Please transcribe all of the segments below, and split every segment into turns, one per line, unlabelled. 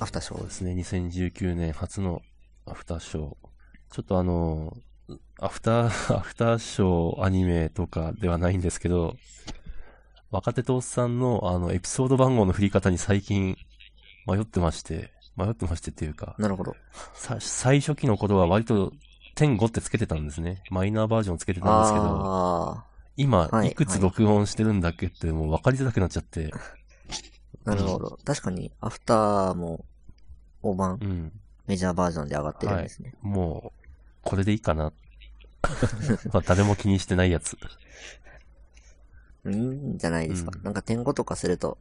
アフターシ
そ
ョ
う
ー。
ですね、2019年初のアフターショー。ちょっとあの、アフター、ア フターショーアニメとかではないんですけど、若手とおっさんのあの、エピソード番号の振り方に最近迷ってまして、迷ってましてっていうか、
なるほど。
さ最初期の頃は割と、点5ってつけてたんですね。マイナーバージョンつけてたんですけど、
あ
今
は、い
いくつ録音してるんだっけってもう分かりづらくなっちゃって、
ー、なるほど。確かに、アフターも、大盤
う、ん。
メジャーバージョンで上がってるんですね。
もう、これでいいかな。 まあ、誰も気にしてないやつ。
い、いんじゃないですか。
うん
なんか点5とかすると、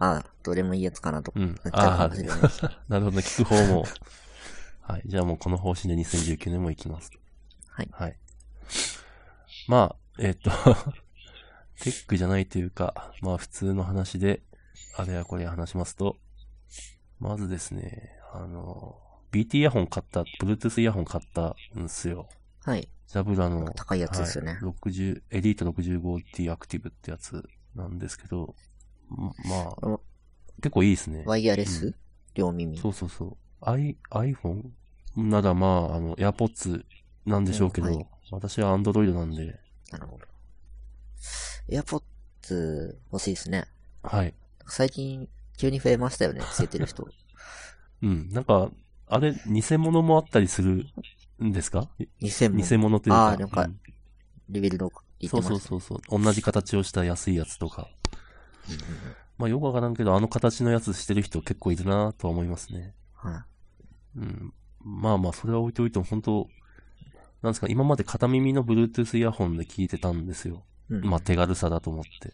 ああ、どれもいいやつかなと
う
か、なっ
ん
ち。ゃうか
ああ
もしれないです。
ー、なるほどね。聞く方 も。はい。じゃあもうこの方針で2019年も行きます。
はい
はい。まあ、えっ、と、 テックじゃないというか、まあ普通の話で、あれやこれや話しますと、まずですね、あの、BT イヤホン買った、Bluetooth イヤホン買ったんですよ。
はい。
ジャブラの。
高いやつですよね。
はい、60、エリート 65T アクティブってやつなんですけど、まま
あ
あ
の、
結構いいですね。
ワイヤレス、
う
両耳。
そうそうそう。I、iPhone? ならまあ、あの、AirPods なんでしょうけど、
うんはい
私は Android なんで、
なるほど。エアポッツ欲しいですね。
はい。
最近、急に増えましたよね、つけて る人。
うん、なんか、あれ、偽物もあったりするんですか
2000も
偽物というか。
あーなんか
うん
リビルド言って
そ
ま
う
した。
そうそうそう。同じ形をした安いやつとか。まあよくわからんけど、あの形のやつしてる人結構いるなとは思いますね。
は
う
い
ん。まあまあ、それは置いておいても、本当なんですか、今まで片耳の Bluetooth イヤホンで聞いてたんですよ。
うん
まあ、手軽さだと思って。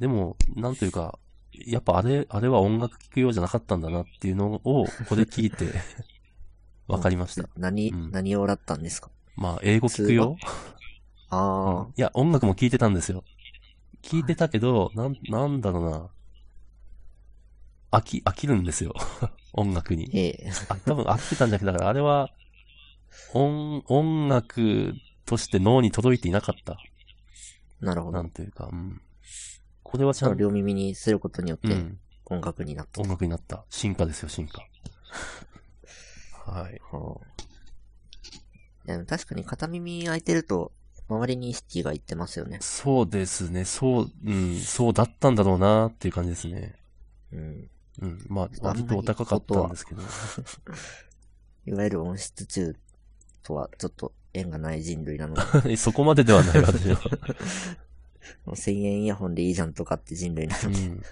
でも、なんというか、やっぱあれ、あれは音楽聴くようじゃなかったんだなっていうのを、ここで聞い て、わかりました。
何、
うん
何用だったんですか
まあ、英語聞くよ。
あ
いや、音楽も聴いてたんですよ。聞いてたけど、なん、なんだろうな。飽き、飽きるんですよ。音楽に
あ、。ええ。
あ多分合ってたんじゃなくて、だからあれは、音、音楽として脳に届いていなかった。
なるほ
な
ど。
んというか、うん。これはち
そ
ゃ
の
んと、
両耳にすることによっ
う
て
ん、
音楽になった。
音楽になった。進化ですよ、進 化。はい。
はあでも確かに片耳開いてると、周りに意識がいってますよね。
そうですね、そう、うん、そうだったんだろうなっていう感じですね。
うん。
うん。まあ、
あんまり
割とお高かったんですけど。
いわゆる音質中とはちょっと縁がない人類なの で、
そこまでではない、私 は。
もう1000円イヤホンでいいじゃんとかって人類な
う
ので、
ん。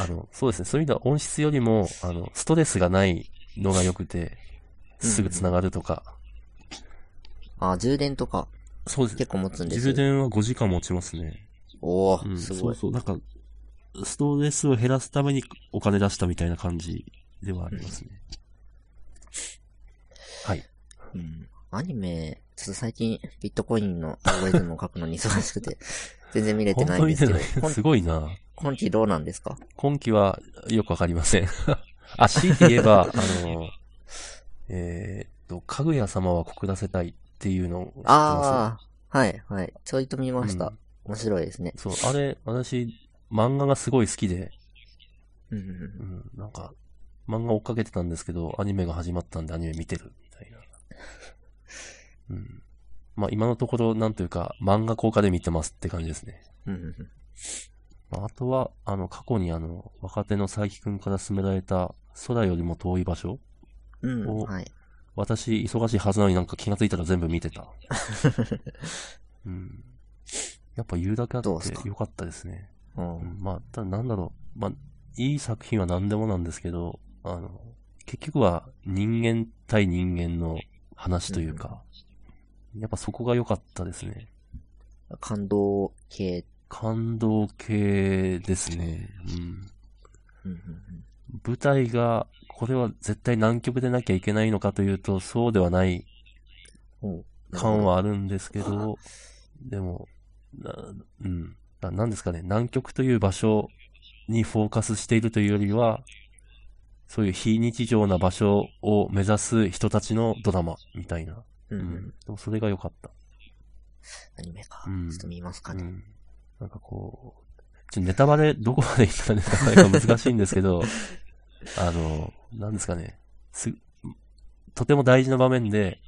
あの、そうですね。そういう意味では音質よりも、あの、ストレスがないのが良くて、すぐ繋がるとか。
ああ、充電とか
そうです
結構持つんです
充
よ。
電は5時間持ちますね。
おお、
うん、
す
そ
ご
う
い。
そう。なんか、ストレスを減らすためにお金出したみたいな感じではありますね。はい。
うんアニメ、ちょっと最近、ビットコインのアルゴリズムを書くのに忙しくて、 全然見れて
本
ない
当
ん
に
で
じ
す
ゃ
けど
ない、すごいな。
今今期どうなんですか
今期はよくわかりません。 あ、強いて言えば、あの、えーっと、かぐや様は告らせたいっていうのを知ってます。
ああ、はい、はい。ちょいと見ました。
うん
面白いですね。
そう、あれ、私、漫画がすごい好きで、
うんうん
う
うん
ん、なんか、漫画追っかけてたんですけど、アニメが始まったんでアニメ見てる、みた いな。うん。まあ今のところ、なんというか、漫画効果で見てますって感じですね。
うんうん
まあ、あとは、あの、過去にあの、若手の佐伯くんから勧められた、空よりも遠い場所
うん。うん、
お
はい。
私、忙しいはずなのになんか気がついたら全部見て た。うん。やっぱ言うだけあっ
どうすか
てよかったですね。
うん
うんまあ、ただなんだろう。まあ、いい作品は何でもなんですけど、あの、結局は人間対人間の話というか、やっぱそこが良かったですね。
感動系。
感動系ですね。うん。
うんうんうん
舞台が、これは絶対南極でなきゃいけないのかというと、そうではない
おう
感。はあるんですけど、でも、な、うん。ななんですかね、南極という場所にフォーカスしているというよりは、そういう非日常な場所を目指す人たちのドラマみたいな。
うん
う
うん
ん。でもそれが良かった。
アニメか。
うん
ちょっと見ますか
う
ね。
ん。 なんかこう、ちょっとネタバレ、どこまでいったらネタバレか難しいんですけど、あの、なんですかね、す、とても大事な場面で、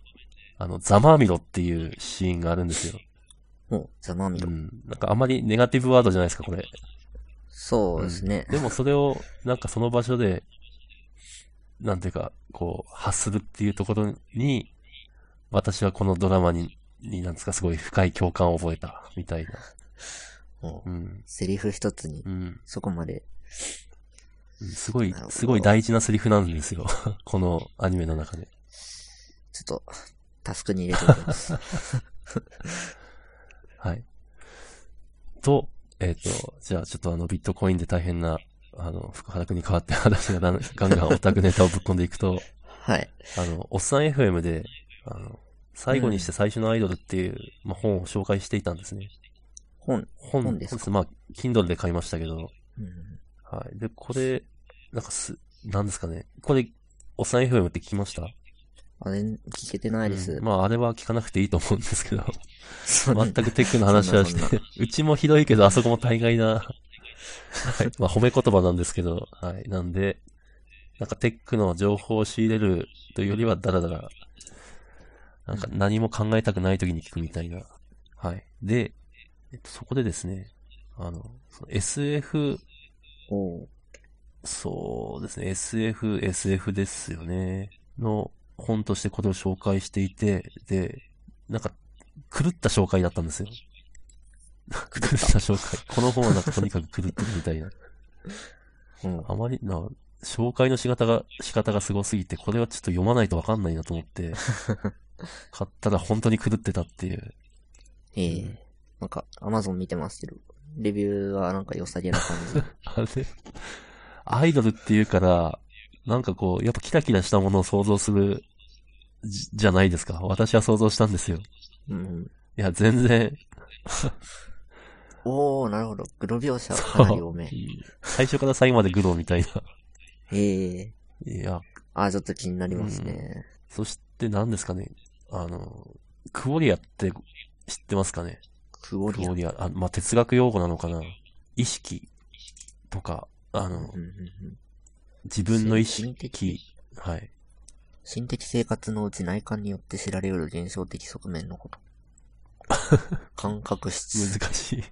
あの、ざまあみろっていうシーンがあるんですよ。
もう、ざまあみ
う
ろ。
ん。なんかあまりネガティブワードじゃないですか、これ。
そうですね。
でもそれを、なんかその場所で、なんていうか、こう、発するっていうところに、私はこのドラマに、になんですか、すごい深い共感を覚えた、みたいな。
もう
うん。
セリフ一つに
う、ん。
そこまで。
うんすごい
なるほ、ど
すごい大事なセリフなんですよ。 このアニメの中で。
ちょっと、タスクに入れておき ます。
はい。と、えっ、と、じゃあちょっとあの、ビットコインで大変な、あの、福原くんに代わって私がだんガンガンオタクネタをぶっ込んでいくと、
はい。
あの、おっさん FM で、あの、最後にして最初のアイドルっていう、まあ、本を紹介していたんですね。
本、
本、
本ですか
まあ、Kindle で買いましたけど、
うん、
はい。で、これ、なんかす、なんですかね。これ、おっさん FM って聞きました
あれ、聞けてないです。
うんまあ、あれは聞かなくていいと思うんですけど。
そう
全くテックの話はし
そんなそ
て、うちもひどいけど、あそこも大概 な、はい、まあ褒め言葉なんですけど、はい、なんで、なんかテックの情報を仕入れるというよりは、だらだら、なんか何も考えたくない時に聞くみたいな。はい。で、えっと、そこでですね、あの、その SF、
おう
そうですね、SF、SF ですよね、の本としてこれを紹介していて、で、なんか、狂った紹介だったんですよ。狂った紹介。この本はなんかとにかく狂ってるみたいな。
うん
あまりな、紹介の仕方が、仕方がすごすぎて、これはちょっと読まないとわかんないなと思 って、買ったら本当に狂ってたっていう。
ええなんか、アマゾン見てますけど、レビューはなんか良さげな感 じ。
あれ、アイドルっていうから、なんかこう、やっぱキラキラしたものを想像するじ、じゃないですか。私は想像したんですよ。
うん。
いや、全然、
おー、なるほど。グロ描写かなり多め。
最初から最後までグロみたいな。
ええ
いや、
あ、ちょっと気になりますね。
そして何ですかね。あの、クオリアって知ってますかね
クオ
ク
リア
オ
ン。
リア。あ、まあ、哲学用語なのかな。意識とか、あの
う、んうんうん
自分の意
精神
識
的、
はい。
心的生活のうち内観によって知られる現象的側面 のこと。感覚質。
難しい。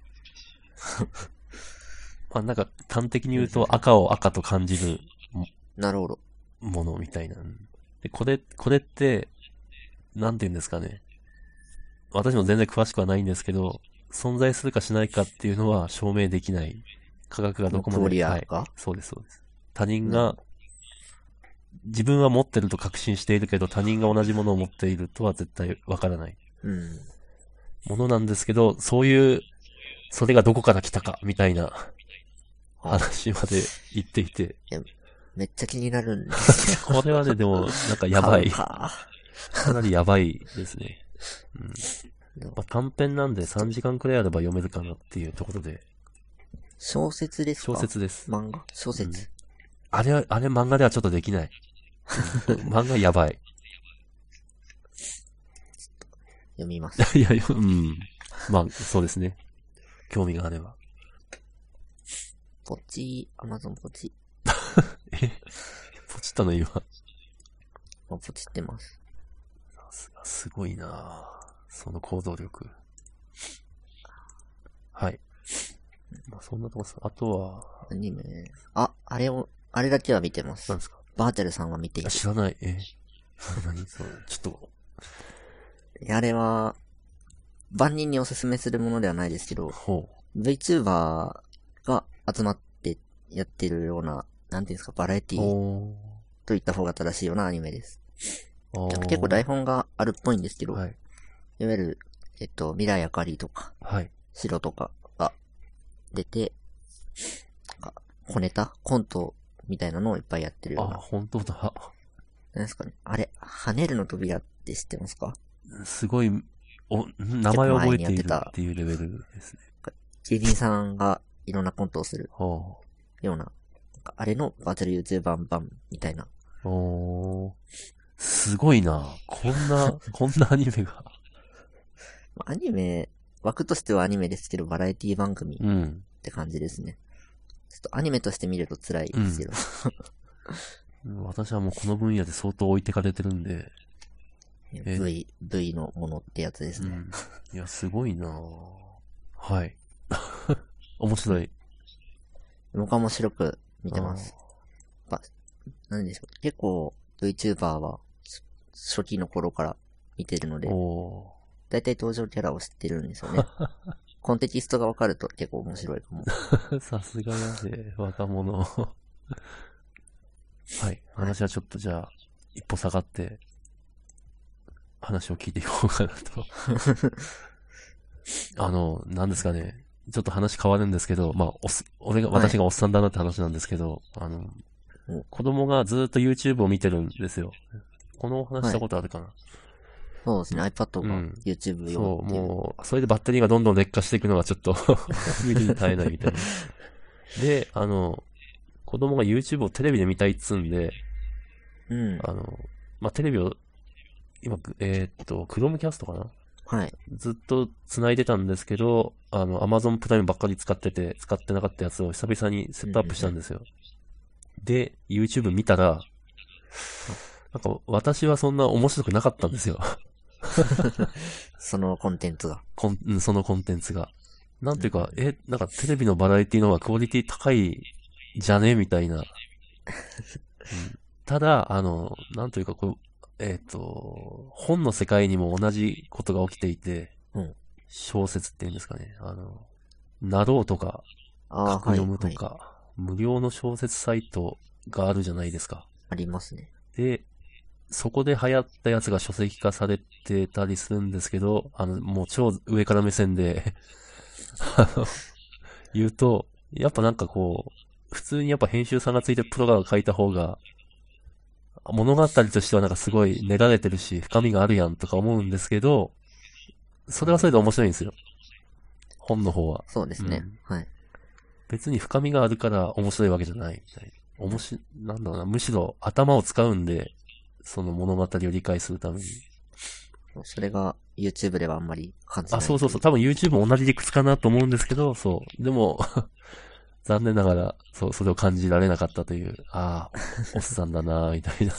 まあなんか端的に言うと赤を赤と感じる
なるほど。
ものみたいな。で、これ、これって、なんて言うんですかね。私も全然詳しくはないんですけど、存在するかしないかっていうのは証明できない。科学がどこまで。
クオリア
はい
が、
そうです、そうです。他人が、自分は持ってると確信しているけど、他人が同じものを持っているとは絶対わからない。
うん。
ものなんですけど、そういう、それがどこから来たか、みたいな
あ
話まで言っていて、
めっちゃ気になるんですよ
これはね、でも、なん かやば
買
い。
うか
かなりやばいですね。うん
でも
まあ、短編なんで3時間くらいあれば読めるかなっていうところで、
小説ですか
小説です。
漫画小説、
うんあれは、あれ漫画ではちょっとできない。漫画やばい。
読み ま す。
いやいや、うん。まあ、そうですね。興味があれば。
ポチアマゾンポチ。
え、ポチったの今。
まあ、ポチってます。
さすがすごいなあその行動力。はい。まあ、そんなとこです。あとは、
アニメ。あ、あれを、あれだけは見てます
何。ですか
バーチャルさんは見てい
あ
る。
知らない。え 何それちょっと、
いやあれは、万人におすすめするものではないですけど、
ほ
VTuber が集まってやってるような、なんていうんですか、バラエテ
う。
ィー
お
といった方が正しいようなアニメです。
お
なんか結構台本があるっぽいんですけど、、
はいい。
わゆる、えっと、未来あかりとか、
はい。
白とかが出て、なんか、小ネタコントみたいなのをいっぱいやってる
あ、
ような。
本当だ。
なんですかね。あれ、跳ねるの扉って知ってますか
すごい、お、名前を覚えているっていうレベルですね。
芸人さんがいろんなコントをする
ほ
ような、なんかあれのバーチャル YouTuber 版みたいな。
う。おーすごいなこん な、こんなアニメが。
まあアニメ、枠としてはアニメですけど、バラエティ番組
うん。
って感じですね。ちょっとアニメとして見ると辛いですけど。
私はもうこの分野で相当置いてかれてるんで、え
V、V のものってやつです
う
ね。
ん。いや、すごいなぁはい。 面白い。
僕は面白く見てます。やっぱ、なんでしょう。結構 VTuber は初初期の頃から見てるので、
おー
だいたい登場キャラを知ってるんで すよね。コンテキストがわかると結構面白いかも。
さすがだぜ、若者。 はい。話はちょっとじゃあ、一歩下がって、話を聞いていこうかな と。あの、なんですかね。ちょっと話変わるんですけど、まあ、おっす、俺が、
はい
私がおっさんだなって話なんですけど、あの
お、
子供がずっと YouTube を見てるんですよ。このお話したことあるかな、
そうですね。iPad
う
が
ん
YouTube 用
そう、
っていう。
もう、それでバッテリーがどんどん劣化していくのがちょっと、 無理に耐えないみたいな。で、あの、子供が YouTube をテレビで見たいっつうんで、
うん。
あの、まあ、テレビを、今、えーっと、Chromecast かな
はい。
ずっと繋いでたんですけど、あの、Amazon プライムばっかり使ってて、使ってなかったやつを久々にセットアップしたんですよ。で、YouTube 見たら、なんか、私はそんな面白くなかったんですよ。
そのコンテンツが。
コンうんそのコンテンツが。なんていうか、え、なんかテレビのバラエティの方がクオリティ高いじゃねみたいな。うん ただ、あの、なんというか、こう、えっ、と、本の世界にも同じことが起きていて、
うん
小説っていうんですかね。あの、なろうとか、
ああ、
書く
はい。
読むとか、
はい
無料の小説サイトがあるじゃないですか。
ありますね。
で、そこで流行ったやつが書籍化されてたりするんですけど、あの、もう超上から目線で、 あの、言うと、やっぱなんかこう、普通にやっぱ編集さんがついてプロが書いた方が、物語としてはなんかすごい練られてるし、深みがあるやんとか思うんですけど、それはそれで面白いんですよ。本の方は。
そうですね。
うん
はい。
別に深みがあるから面白いわけじゃないみたいな。面白、なんだろうな、むしろ頭を使うんで、その物語を理解するために。
それが YouTube ではあんまり感じない。
あ、そうそうそう。多分 YouTube も同じ理屈かなと思うんですけど、そう。でも、 残念ながら、そう、それを感じられなかったという、ああ、おっさんだな、みたいな。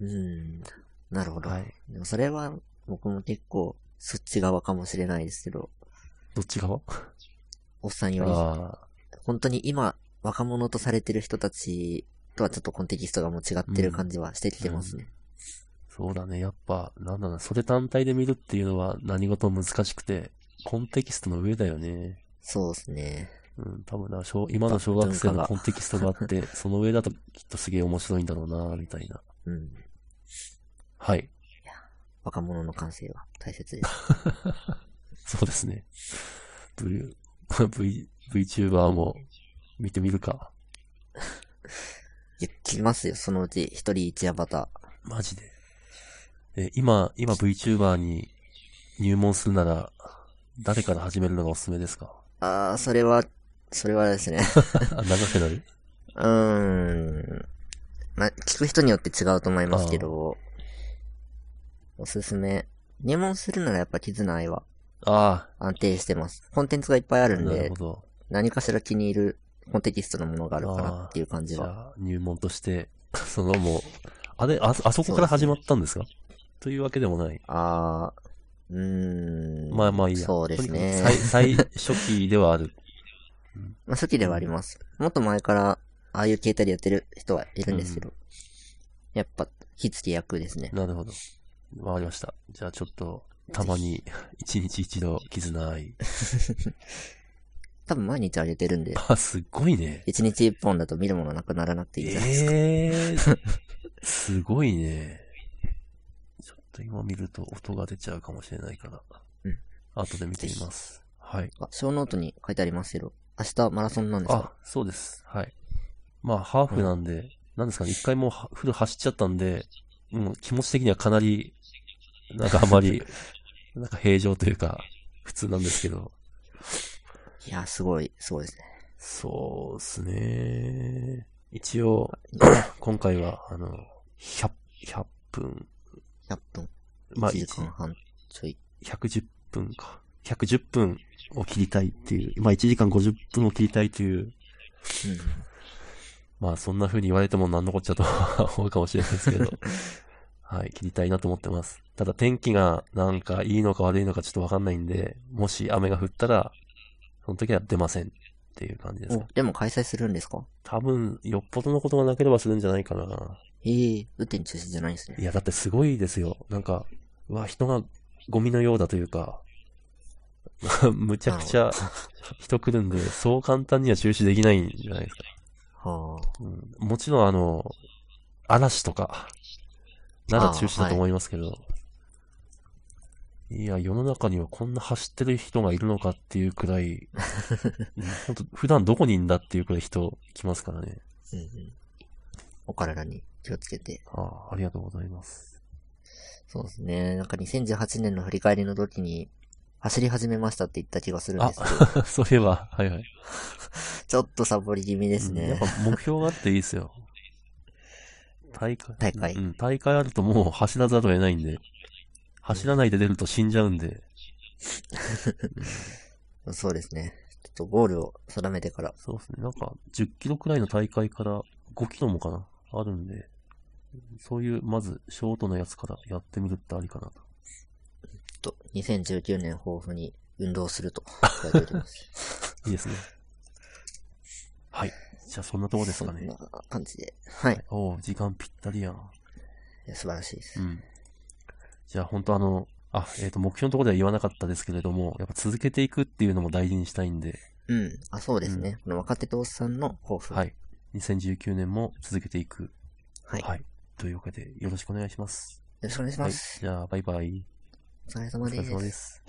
う。うん。なるほど。
はい。
でもそれは僕も結構そっち側かもしれないですけど、
どっち側
おっさんより、
ああ、
本当に今若者とされてる人たちとはちょっとコンテキストがもう違ってる感じはしてきてますね。
そうだね。やっぱ、なんだろうな、それ単体で見るっていうのは何事も難しくて、コンテキストの上だよね。
そうですね。
うん、多分な、小今の小学生のコンテキストがあって、 その上だときっとすげえ面白いんだろうな、みたいな。
うん。
はい。
若者の感性は大切です。
そうですね。V、V、VTuber も見てみるか。
いや、来ますよ、そのうち。一人一アバタ
マジで。え、今、今 VTuber に入門するなら、誰から始めるのがおすすめですか
ー。あー、それは、それはですね。
あ、長くなる
うーん。まあ、聞く人によって違うと思いますけど、おすすめ。入門するならやっぱキズナ愛は
あ
安定してます。コンテンツがいっぱいあ
あ、
るん
なる
で
ほ、ど。
何かしら気に入るコンテキストのものがあるかなっていう感じ
じゃ
は。
あ、入門として、そのもう、あれ、あ、あそこから始まったんですかというわけでもない。
あー、うーん。
まあまあいいや。
そうですね。
とにかく最、最初期ではある。
まあ、初期ではあります。もっと前から、ああいう携帯でやってる人はいるんですけど、やっぱ、火付け役ですね。
なるほど。わかりました。じゃあちょっと、たま に、一日一度、絆愛。
多分毎日あげてるんで、
あ、すっごいね。
一日一本だと見るものなくならなくていいじゃないですか。
ええー、すごいね。ちょっと今見ると音が出ちゃうかもしれないから。
うん。
後で見てみます。はい。
あ、小ノートに書いてありますけど、明日マラソンなんですか
あ、そうです。はい。まあ、ハーフなんで、なんですかね、一回もうはフル走っちゃったんで、もう気持ち的にはかなり、なんかあま り、なんか平常というか、普通なんですけど。
いや、すごい、すご いですね。
そうですね。一応、今回は、あの、100、100分、
100分。
まあ、
1時
一
間半ちょい。
110分か。110分を切りたいっていう、まあ1時間50分を切りたいという
うん。
まあそんな風に言われても何のこっちゃとは思うかもしれないですけど、はい、切りたいなと思ってます。ただ天気がなんかいいのか悪いのかちょっとわかんないんで、もし雨が降ったら、その時は出ませんっていう感じです
お
か。、
でも開催するんですか
多分、よっぽどのことがなければするんじゃないかな。
ええ雨天中止じゃないんです
い
ね。
や、だってすごいですよ。なんか、うわ、人がゴミのようだというか、 むちゃくちゃ人来るんで、そう簡単には中止できないんじゃないですか。
は
うんもちろんあの、嵐とか、なら中止だと思いますけど、い、や、世の中にはこんな走ってる人がいるのかっていうくら い、本当普段どこにいんだっていうくらい人来ますからね。
あ。うんうん。お体に気をつけて。
ああ、ありがとうございます。
そうですね。なんか2018年の振り返りの時に、走り始めましたって言った気がするん
あ
ですけ ど、
そういえば、はいはい。
ちょっとサボり気味です
うんやっ
ね。
ぱ目標があっていいです よ。大会。
大会
うん、大会あるともう走らざるを得ないんで。走らないで出ると死んじゃうんで。
そうですね。ちょっとゴールを定めてから。
そうですね。なんか、10キロくらいの大会から5キロもかなあるんで、そういう、まず、ショートのやつからやってみるってありかなと。
ちょっと2019年抱負に運動すると書いております。
いいですね。はい。じゃあ、そんなとこですかね
そん。な感じで。はい。
おう時間ぴったりやん。
いや素晴らしいです
う。ん。じゃあ、本当あの、あ、えっ、と、目標のところでは言わなかったですけれども、やっぱ続けていくっていうのも大事にしたいんで、
うん。あ、そうですね。この若手とおっさんの抱負。
はい。2019年も続けていく。
はい。よ
はい。というわけで、よろしくお願いします。
ろしくお願いし
は
ま
い。
す。
じゃあ、バイバイ。
お疲れ
お
様
疲れ
です
様。です。